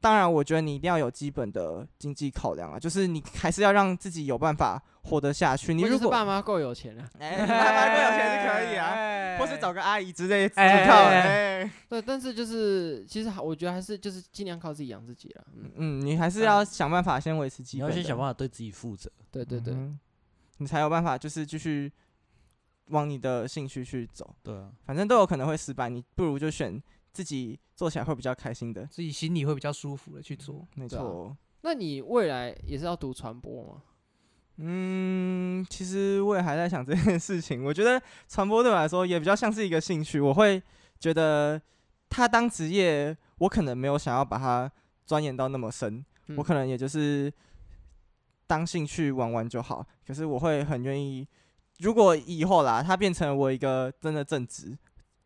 当然我觉得你一定要有基本的经济考量啊，就是你还是要让自己有办法活得下去。你
或者
如
是
果
爸妈够有钱啊，
哎，爸妈够有钱是可以啊，
啊
哎
或是找个阿姨之类的
哎哎
依靠。
哎
哎，
对，但是就是其实还我觉得还是就是尽量靠自己养自己了。嗯，
嗯，你还是要想办法先维持基
你
本
要
的，
先想办法对自己负责。
对对对，
嗯哼你才有办法就是继续往你的兴趣去走。
对啊，
反正都有可能会失败，你不如就选自己做起来会比较开心的。
自己心里会比较舒服的去做。
没
对
错
啊
哦，
那你未来也是要读传播吗？
嗯，其实我也还在想这件事情。我觉得传播对我来说也比较像是一个兴趣，我会觉得它当职业，我可能没有想要把它钻研到那么深，我
嗯
可能也就是当兴趣玩玩就好。可是我会很愿意，如果以后啦，它变成我一个真的正职，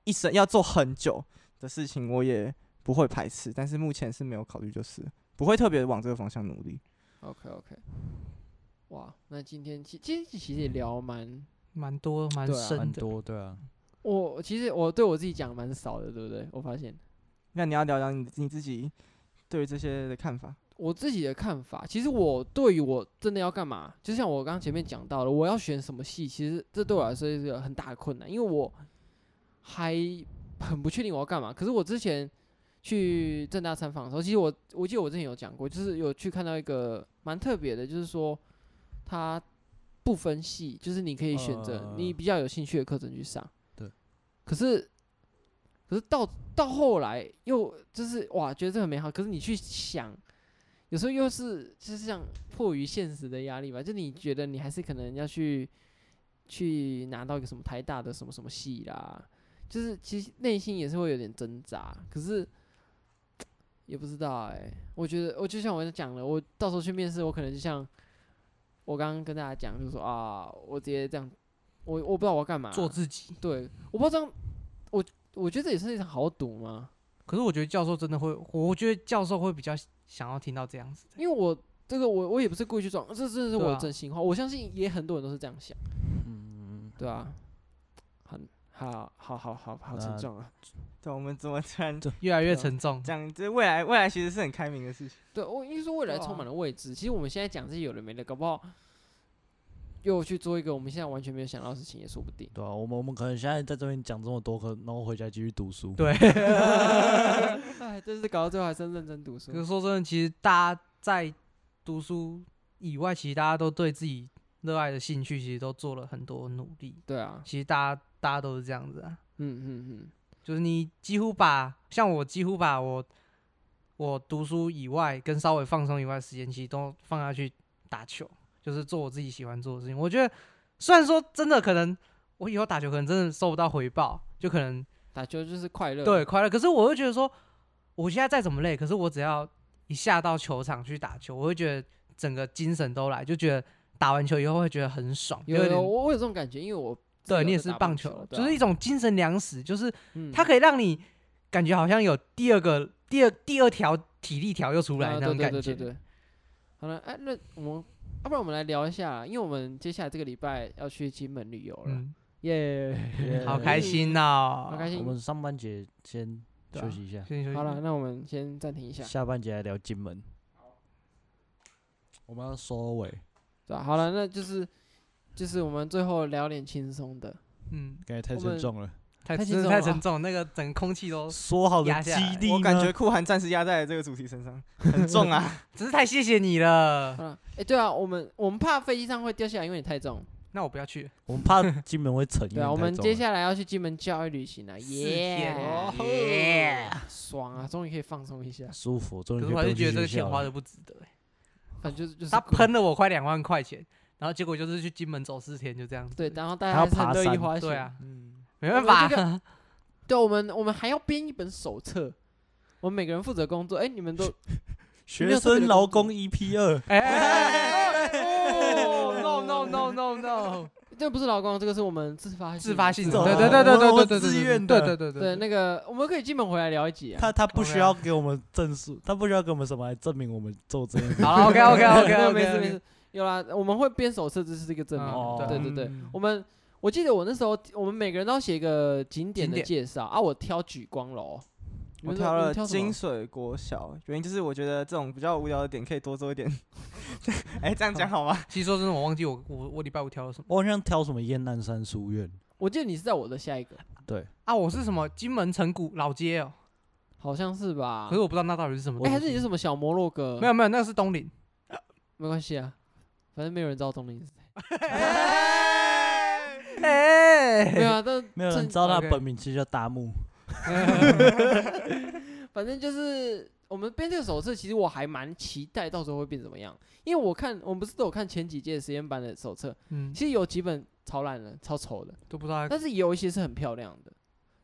一生要做很久的事情，我也不会排斥。但是目前是没有考虑，就是不会特别往这个方向努力。
OK OK，哇，那今天其今天其实也聊蛮，
蛮多蛮
对啊
深
蛮
的。
多对啊，
我其实我对我自己讲蛮少的，对不对？我发现
那你要聊聊你你自己对于这些的看法。
我自己的看法，其实我对于我真的要干嘛，就像我刚刚前面讲到的，我要选什么系，其实这对我来说是一个很大的困难，因为我还很不确定我要干嘛。可是我之前去正大参访的时候，其实我我记得我之前有讲过，就是有去看到一个蛮特别的，就是说它不分系，就是你可以选择
呃
你比较有兴趣的课程去上。
对。
可是，可是到到后来又就是哇，觉得这很美好。可是你去想，有时候又是就是像迫于现实的压力吧，就你觉得你还是可能要去去拿到一个什么台大的什么什么系啦，就是其实内心也是会有点挣扎，可是也不知道哎、我觉得我就像我讲了，我到时候去面试，我可能就像我刚刚跟大家讲，就是说啊，我直接这样，我我不知道我要干嘛，
做自己，
对，我不知道这样，我我觉得这也是一场豪赌吗？
可是我觉得教授真的会，我觉得教授会比较想要听到这样子的。
因为我这个我我也不是故意去装，这这是
对
我
啊
真心话，我相信也很多人都是这样想，
嗯，
对啊，很好好好好好沉
那
重啊，
对，我们怎么突然
这
越来越
对啊
沉重，
讲这未来？未来其实是很开明的事情。
对，我因为说未来
对啊
充满了未知，其实我们现在讲这些有的没的，搞不好又去做一个我们现在完全没有想到的事情也说不
[LAUGHS]
定。
对啊，我们我们可能现在在这边讲这么多，可然后回家继续读书。
对。
哎，真是搞到最后还真认真读书
可。是说真的，其实大家在读书以外，其实大家都对自己热爱的兴趣，其实都做了很多努力。
对啊，
其实大家大家都是这样子啊，
嗯嗯
就是你几乎把像我几乎把我我读书以外跟稍微放松以外的时间，其实都放下去打球，就是做我自己喜欢做的事情。我觉得虽然说真的可能我以后打球可能真的收不到回报，就可能
嗯，打球就是快乐。
对，快乐。可是我会觉得说，我现在再怎么累，可是我只要一下到球场去打球，我会觉得整个精神都来，就觉得打完球以后会觉得很爽。
有
就
有
点
我我有这种感觉，因为我自己
对
有
你也
在
是
打
棒
棒
球，
对
就
啊
是一种精神粮食，就是
嗯
它可以让你感觉好像有第二个、第二、第二条体力条又出来
啊对
那种
对
感
对
觉。
对对。好了，哎，那我们要不然我们来聊一下，因为我们接下来这个礼拜要去金门旅游了，
嗯，
耶！
[LAUGHS]
好开心哦！
好开
我
心。
们上半节先
对啊
休息一下，
心。
好了，那我们先暂停一下。
下半节来聊金门。我们要收尾，
对、啊，好了，那就是就是我们最后聊点轻松的，
嗯，
感觉太
我
沉
们
重了。
太
太
真
轻
的
松
太
了啊
沉重，那个整个空气都
说好
压
的
下来
基地呢，
我感觉酷寒暂时压在这个主题身上，很重啊。
只是太谢谢你了
好。了，哎、对啊，我们我们怕飞机上会掉下来，因为你太重。
那我不要去了。
我们怕金门会沉。因
对啊，
为
我
太
们
重
接
了
下来要去金门教育旅行了，
四
耶、
天
哦
耶
爽啊，终于可以放松一下。
舒服，终于
可
可
是
以
我
不
还是
用
觉得
去
这个
学校
钱花
了
的不值得欸、
反正就是就是
他
过
喷了我快两万块钱，然后结果就是去金门走四天，就这样子。
对，然后大
还
家
要
还是很
爬
乐意
山
花钱。
对啊，
嗯，
没
我
办
们这
法
个，对，啊我们我们还要编一本手册，我们每个人负责工作。哎、你们都没
学
有特别
生
的
劳
工作
工 EP 二，
哎
哎哎哎
哦，no no no no no，
这不是劳工，这个是我们自发
自发性的，
走
对
啊
对对对对
我
对
我
对，
自
对
愿
对
的
对对
对，那个我们可以金门回来聊一集啊。
他他不
OK
需
啊
要给我们证书，他不需要给我们什么来证明我们做这件事。
好了，OK OK
没
OK，
有没事没事，有啦，我们会编手册，这是一个证明。
嗯
对对对，我们我记得我那时候我们每个人都要写一个景点
景
的
点
介绍啊，我挑举光楼，你
我
们说
挑
你们
了
挑什么
金水国小，原因就是我觉得这种比较无聊的点可以多做一点。 [LAUGHS] 哎、这样讲好吗？
其实说真的，我忘记我我我礼拜五挑了什么
我好像挑什么燕南山书院，
我记得你是在我的下一个，
对，
啊，我是什么金门城古老街哦，
好像是吧？
可是我不知道那到底是什么
哎、
东西。
还是你是什么小摩洛哥？
没有没有，那个是东岭。
没关系啊，反正没有人知道东林是谁。没有
哎，
啊，但
没有人
正
知道他
OK
本名其实叫大木。
反正就是我们编这个手册，其实我还蛮期待到时候会变怎么样，因为我看我们不是都有看前几届实验班的手册，
嗯，
其实有几本超烂的、超丑的，
都不知道在
但是也有一些是很漂亮的，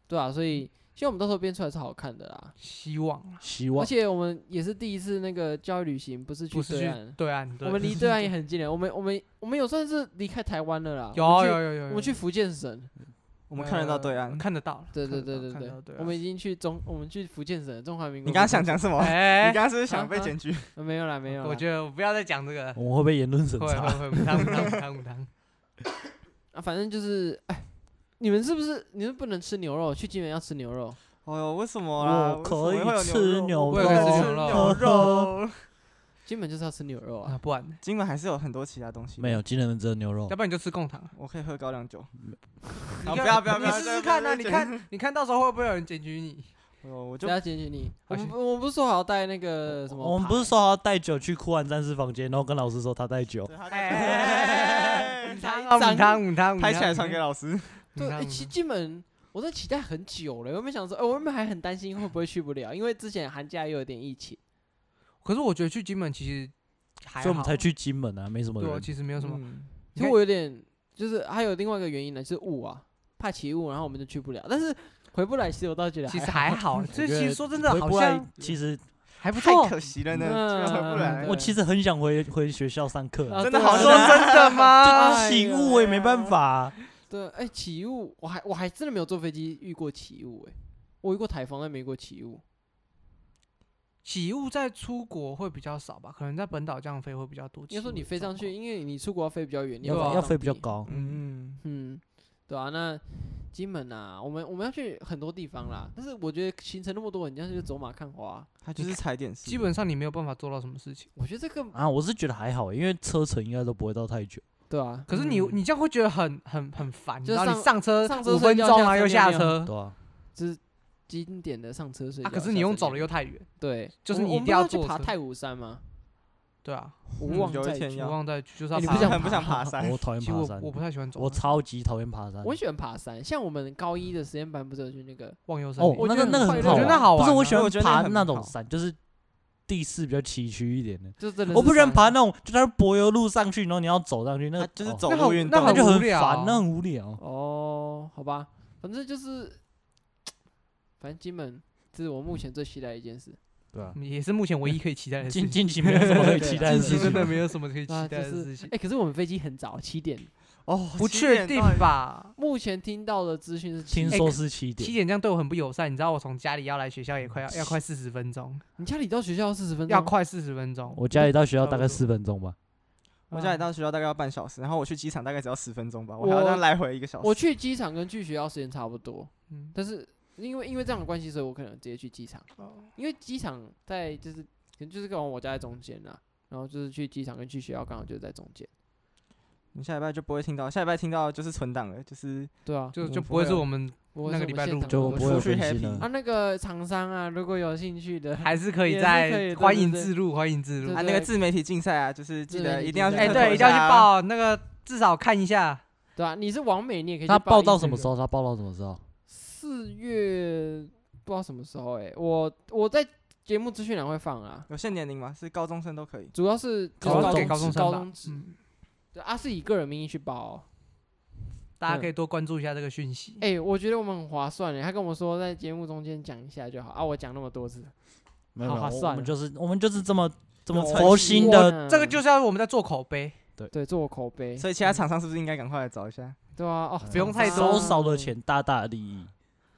对啊，所
嗯
以希望我们到时候编出来是好看的啦。
希望啊，
希
而
望
且我们也是第一次那个教育旅行，不是去
不是
对
去
岸，
对岸，对
我们离对岸也很近了。我们我们我们有算是离开台湾了啦，
有
我
有
们去
有有有，
我们去福建省，
我们看得到对
呃
岸。
看得到了，
对对
看得
对
到
对
看得
对
到对，啊
我们已经去中，我们去福建省中华民国。
你刚刚想
[LAUGHS]
讲什么？你
哎，
刚刚是不是想
啊
被
啊
检举？
呃没有啦，没有啦。
我觉得我不要再讲这个了，
我们会被言论审
会啊
查。
会会，母汤母汤母汤母汤，
啊，反正就是，哎，你们是不是你们不能吃牛肉？去金门要吃牛肉，
哦哟，为什么
我
啦？为什么
可
会
以
有
吃牛
肉，
我可以吃牛肉哦
我可以吃牛肉。
金门就是要吃牛肉啊。
啊，不然呢，
今晚还是有很多其他东西。
没有，，今天只有牛肉
要。不然你就吃贡糖，
我可以喝高粱酒。
你
好
看
啊不要不要不
你
要
试
这
试
个
看
不
啊，
要
你
检
看你看到时候会不会有人检举你？
哎呦我就
谁要检举你？我
好
们
像
不我们不是说好要带那个什么牌？
我们不是说要带酒去酷玩战士房间，然后跟老师说他带酒，
对他
哎
在
拍
啊
张
母汤母汤，母
拍
汤
起来传给老师。
对，哎
母汤
其实金门我在期待很久了，我们想说，哎，我们还很担心会不会去不了，因为之前寒假又有点疫情。
可是我觉得去金门其实还
所以我们
好
才去金门啊，没什么
对啊，
人。
其实没有什么。
嗯
其实我有点，就是还有另外一个原因呢，就是雾啊，怕起雾，然后我们就去不了。但是回不来，其实我倒觉
啊
得
其实
还
还
[LAUGHS]
好，
我
这
觉
其实
得
说真的，
回
好
不来
像
其实
还不
太
错。
可惜了呢，
嗯
这样回不来
啊
对
我。其实很想回回学校上课啊，
啊
真的
对
好
啊
说真
的吗
哎
起
呀
雾我也没办法啊。
对，哎、起雾，我还我还真的没有坐飞机遇过起雾，哎，我遇过台风，但没遇过起雾。
起雾在出国会比较少吧，可能在本岛这样飞会比较多。
应该说你
起雾的
飞上去，
状况，
因为你出国要飞比较远，你
对
要
啊
要
上
飞比较
地，
高，
嗯，
嗯，对啊，那金门啊，我们我们要去很多地方啦，但是我觉得行程那么多，你要去走马看花，啊
他就是踩点式。
基本上你没有办法做到什么事情。
我觉得这个
啊，我是觉得还好，因为车程应该都不会到太久。
对啊，
可是你
嗯
你这样会觉得很很很烦，
就
然后你
上
上车
上车
五分
睡觉
钟
下
啊
车
又下
尿尿
车，[LAUGHS]
对啊，
这是经典的上车睡觉。
啊可是
下
你用
车
走了
睡觉
又太远，
对，
就是
我
你
我
一
们
定
不
要
是去
坐
爬
车嗯
太武山吗？
对啊，
无
嗯
望
有一
再
天
去
要
我忘再去就是要
哎你不
爬
想
山
很不想爬山。
我讨厌
其实
爬
我
山
我，不太喜欢走，啊
我超级讨厌爬山。
我很喜欢爬山，像我们高一的实验班不是有去那个
忘忧山
哦
林，
我
那
觉
个
得
那个
很
很
快乐我觉
好
得
玩
那好玩
不是
啊
我喜
我
欢
觉得那
爬
很
那
好
种山，就是地势比较崎岖一点的。
就真的
我
是
不喜欢
山
爬那种，就在柏油路上去，然后你要走上去，那个
他啊就是
哦
走
那
路
好
运
那
动
那
很，
就
无
很
聊
烦，那很
[LAUGHS]
无聊。
哦，好吧，反正就是，反正金门这是我目前最期待的一件事。
对啊，
也是目前唯一可以期待的事
近
情。
近期没有什么可以
对啊
[LAUGHS]
期待的
近期
事
真
情
的。没有什么可以期
啊
待的
就是
事情
哎、，可是我们飞机很早，七点。
哦，
不
七
确
点
定
到底？
吧？
目前听到的资讯是七
听
点。
说是七
七
点，
点这样对我很不友善，你知道我从家里要来学校也快
嗯
要要快四十分钟，
哎你家里到学校四十分钟，
要快四十分钟。
我家里到学校
差不
大概
多
四分钟吧。
我家里到学校大概要半小时，然后我去机场大概只要十分钟吧，我
我
还要这样来回一个小时。
我去机场跟去学校时间差不多，
嗯，
但是因为因为这样的关系，所以我可能直接去机场，
哦
因为机场在就是可能就是跟我家在中间啦，然后就是去机场跟去学校刚好就在中间。
你下礼拜就不会听到，下礼拜听到就是存档了，就是
对啊，
就
我
就
不
不会
会
是
啊
我们
我
那个
我
礼
们
拜
现
录
场
就
都
不
是
会有
出去
分心
happy
了
啊，。那个厂商啊，如果有兴趣的，
还是可
也
以
是可以
在
的
欢
对
迎
对
自入，欢迎自入
对。
啊那个自媒体竞赛啊，就是记
自媒
得
体
一定要去
竞
哎，
赛
探
对，
索
一定要去
啊
下。
报那个，至少看一下。
对啊，你是王美，你也可以去
他
报一
报到
些
什么
这
时候？他报到什么时候？
四月不知道什么时候哎、我我在节目资讯栏会放啊，
有限年龄吗？是高中生都可以。
主要是
主
要
就是中
给
高
职
中生
高
吧
中职、
嗯，
对啊，是以个人名义去报、哦。
大
嗯
家可以多关注一下这个讯息。
哎、我觉得我们很划算哎、他跟我说在节目中间讲一下就好啊，我讲那么多次，
没有，
好划
没有我
算
我们
了
就是我们就是这么这么
有
佛
诚意
心
哇
的
呢
这个就是要我们在做口碑，
啊对做口碑，
所以
嗯
其他厂商是不是应该赶快来找一下？
对啊，哦，
不用
厂
太
商
收
多
少嗯的，钱大大
[LAUGHS]
利益。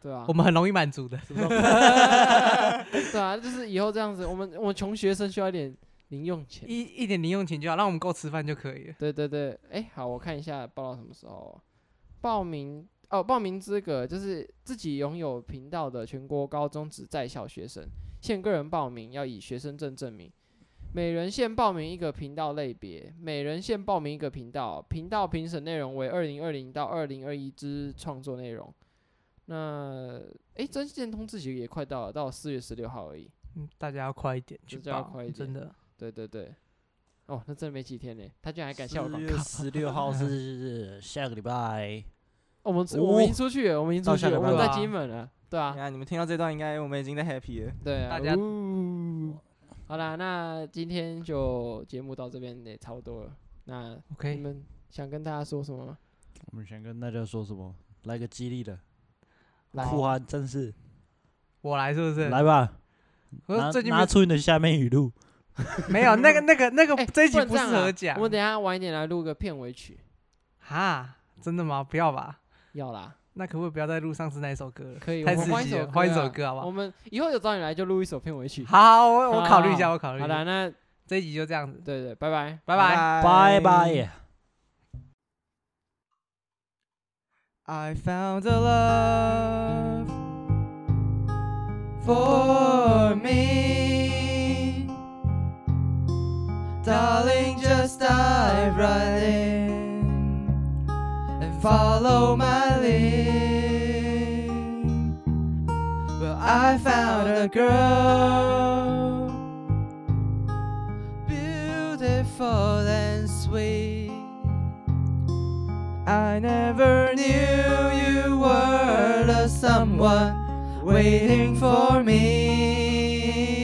对啊
我，们很容易满足的。
对啊，就是以后这样子，我们我们穷学生需要一点零用钱。
一一点零用钱就好，让我们够吃饭就可以了。
对对对，哎、好，我看一下报到什么时候。报名哦，报名资格就是自己拥有频道的全国高中职在校学生，限个人报名要以学生证证明，每人限报名一个频道类别，每人限报名一个频道，频道评审内容为二零二零到二零二一之创作内容。那诶，征件通知期也快到了，到四月十六号而已。
嗯，大家要快一点去
大家要
报
快一
真的。
对对对，哦，那真的没几天呢，他居然还敢下我
四
广
月
告。
十六号是下个
[LAUGHS]
礼拜，
我们我们已
哦
经出去了，我们已经
到
出去
下
了，
个
我
班
们
了
在
啊
金门了，对啊
你，看你们听到这段，应该我们已经在 happy 了。
对啊，
大家
呜好啦，那今天就节目到这边也差不多了。那你
OK，
们想跟大家说什么吗？
我们想跟大家说什么？来个激励的，
来
酷寒战士，
啊我来是不是？
来吧，
我
拿
最近
拿出你的下面语录。
没
[LAUGHS]
有那个那个那个
哎
哦这一集
能
不
这
适
样啦
合讲
我们等一下晚一点来录个片尾曲，
哈，真的吗？不要吧，
要啦，
那可不可以不要再录上次那一首歌了？
可以，
太
我们
刺
换一
激
首
了，换一
啊
首歌好不
我
好？
们以后有找你来就录一首片尾曲。
好好，我我考虑一
好
下，我考虑
好
一
啦，
下。
那
这一集就这样子，
对对，拜拜。
拜拜。
拜拜。
I found a love for me. Darling, just dive right in and follow my lead. Well, I found a girl, beautiful and sweet. I never knew you were the someone waiting for me.